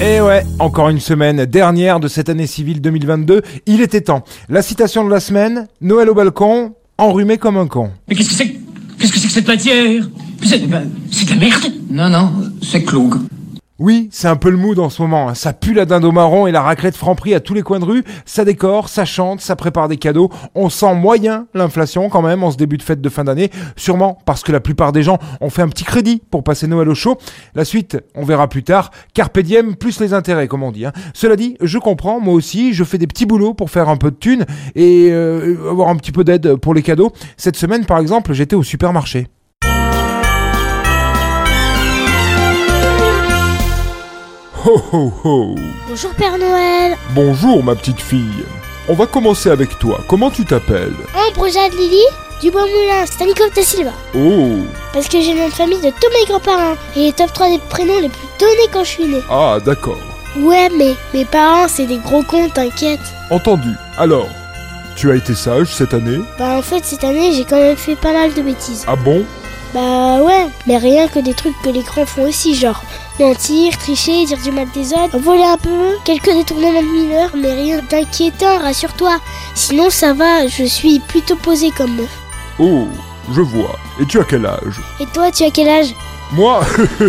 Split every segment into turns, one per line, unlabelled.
ouais, encore une semaine dernière de cette année civile 2022. Il était temps. La citation de la semaine, Noël au balcon, enrhumé comme un con.
Mais qu'est-ce que c'est que- Qu'est-ce que c'est que cette matière C'est bah, c'est de la merde
Non, non, c'est Cloug.
Oui, c'est un peu le mood en ce moment. hein. Ça pue la dinde au marron et la raclette franprix à tous les coins de rue. Ça décore, ça chante, ça prépare des cadeaux. On sent moyen l'inflation quand même en ce début de fête de fin d'année. Sûrement parce que la plupart des gens ont fait un petit crédit pour passer Noël au chaud. La suite, on verra plus tard. Carpe diem plus les intérêts, comme on dit. hein. Cela dit, je comprends, moi aussi, je fais des petits boulots pour faire un peu de thunes et euh, avoir un petit peu d'aide pour les cadeaux. Cette semaine, par exemple, j'étais au supermarché. Ho ho ho
Bonjour Père Noël
Bonjour ma petite fille. On va commencer avec toi. Comment tu t'appelles
Ombre Jade Oh, Lily, Dubois Moulin, Stanikov da Silva.
Oh
Parce que j'ai le nom de famille de tous mes grands-parents et les top 3 des prénoms les plus donnés quand je suis née.
Ah d'accord.
Ouais, mais mes parents, c'est des gros cons, t'inquiète.
Entendu. Alors, tu as été sage cette année
Bah, en fait, cette année, j'ai quand même fait pas mal de bêtises.
Ah bon
Bah, ouais, mais rien que des trucs que les grands font aussi, genre mentir, tricher, dire du mal des autres, voler un peu, quelques détournements de mineurs, mais rien d'inquiétant, rassure-toi. Sinon, ça va, je suis plutôt posée comme meuf.
Oh, je vois. Et tu as quel âge
Et toi, tu as quel âge
Moi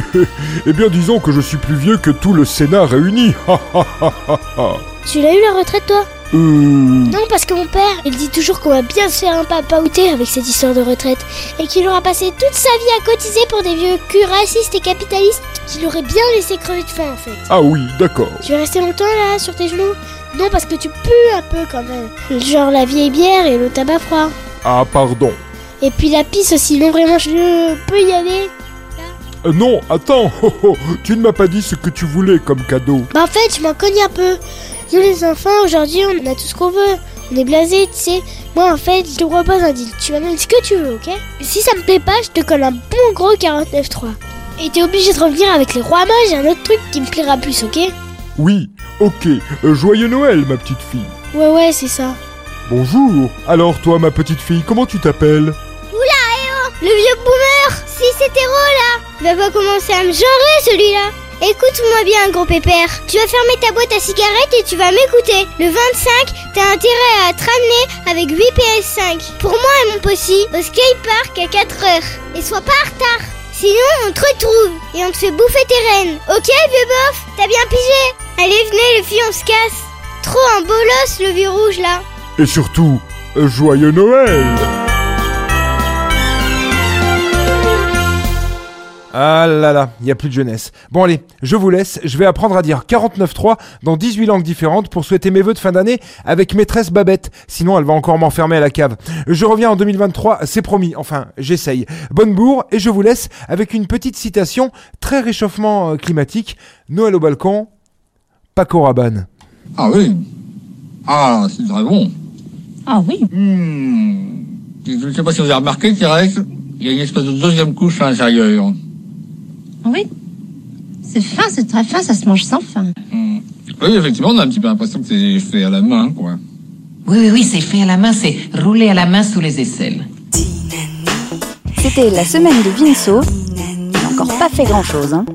Eh bien disons que je suis plus vieux que tout le Sénat réuni. Ha, ha, ha, ha, ha.
Tu l'as eu la retraite toi
Euh,
Non parce que mon père, il dit toujours qu'on va bien se faire un papa outé avec cette histoire de retraite et qu'il aura passé toute sa vie à cotiser pour des vieux culs racistes et capitalistes qu'il aurait bien laissé crever de faim en fait.
Ah oui, d'accord.
Tu es resté longtemps là sur tes genoux Non parce que tu pues un peu quand même. Genre la vieille bière et le tabac froid.
Ah pardon.
Et puis la pisse aussi, non vraiment je peux y aller.
Euh, non, attends. ho, ho, Tu ne m'as pas dit ce que tu voulais comme cadeau.
Bah en fait, je m'en cogne un peu. Nous les enfants, aujourd'hui, on a tout ce qu'on veut. On est blasés, tu sais. Moi, en fait, je te propose un deal. Tu m'amènes ce que tu veux, ok Si ça me plaît pas, je te colle un bon gros 49.3. Et t'es obligé de revenir avec les rois mages et un autre truc qui me plaira plus, ok
Oui, ok. Euh, joyeux Noël, ma petite fille.
Ouais, ouais, c'est ça.
Bonjour. Alors toi, ma petite fille, comment tu t'appelles
Le vieux boomer Si c'était là Va pas commencer à me genrer, celui-là Écoute-moi bien, gros pépère. Tu vas fermer ta boîte à cigarettes et tu vas m'écouter. Le 25, t'as intérêt à te ramener avec 8 PS5. Pour moi et mon possi, au skatepark à 4 heures. Et sois pas en retard. Sinon, on te retrouve et on te fait bouffer tes rennes. Ok, vieux bof T'as bien pigé Allez, venez, les filles, on se casse. Trop un bolos, le vieux rouge, là.
Et surtout, euh, joyeux Noël. Ah là là, il n'y a plus de jeunesse. Bon allez, je vous laisse, je vais apprendre à dire 49.3 dans 18 langues différentes pour souhaiter mes vœux de fin d'année avec maîtresse Babette, sinon elle va encore m'enfermer à la cave. Je reviens en 2023, c'est promis, enfin j'essaye. Bonne bourre et je vous laisse avec une petite citation, très réchauffement euh, climatique, Noël au balcon, Paco Rabanne.
Ah oui Ah, c'est très bon.
Ah oui,
Hmm. Je ne sais pas si vous avez remarqué, Thérèse, il y a une espèce de deuxième couche à l'intérieur.
Ah oui. C'est fin, c'est très fin, ça se mange sans fin.
Hmm. Oui, effectivement, on a un petit peu l'impression que c'est fait à la main, quoi.
Oui, oui, oui, c'est fait à la main, c'est roulé à la main sous les aisselles.
C'était la semaine de Vinceau. Il n'a encore pas fait grand chose, hein.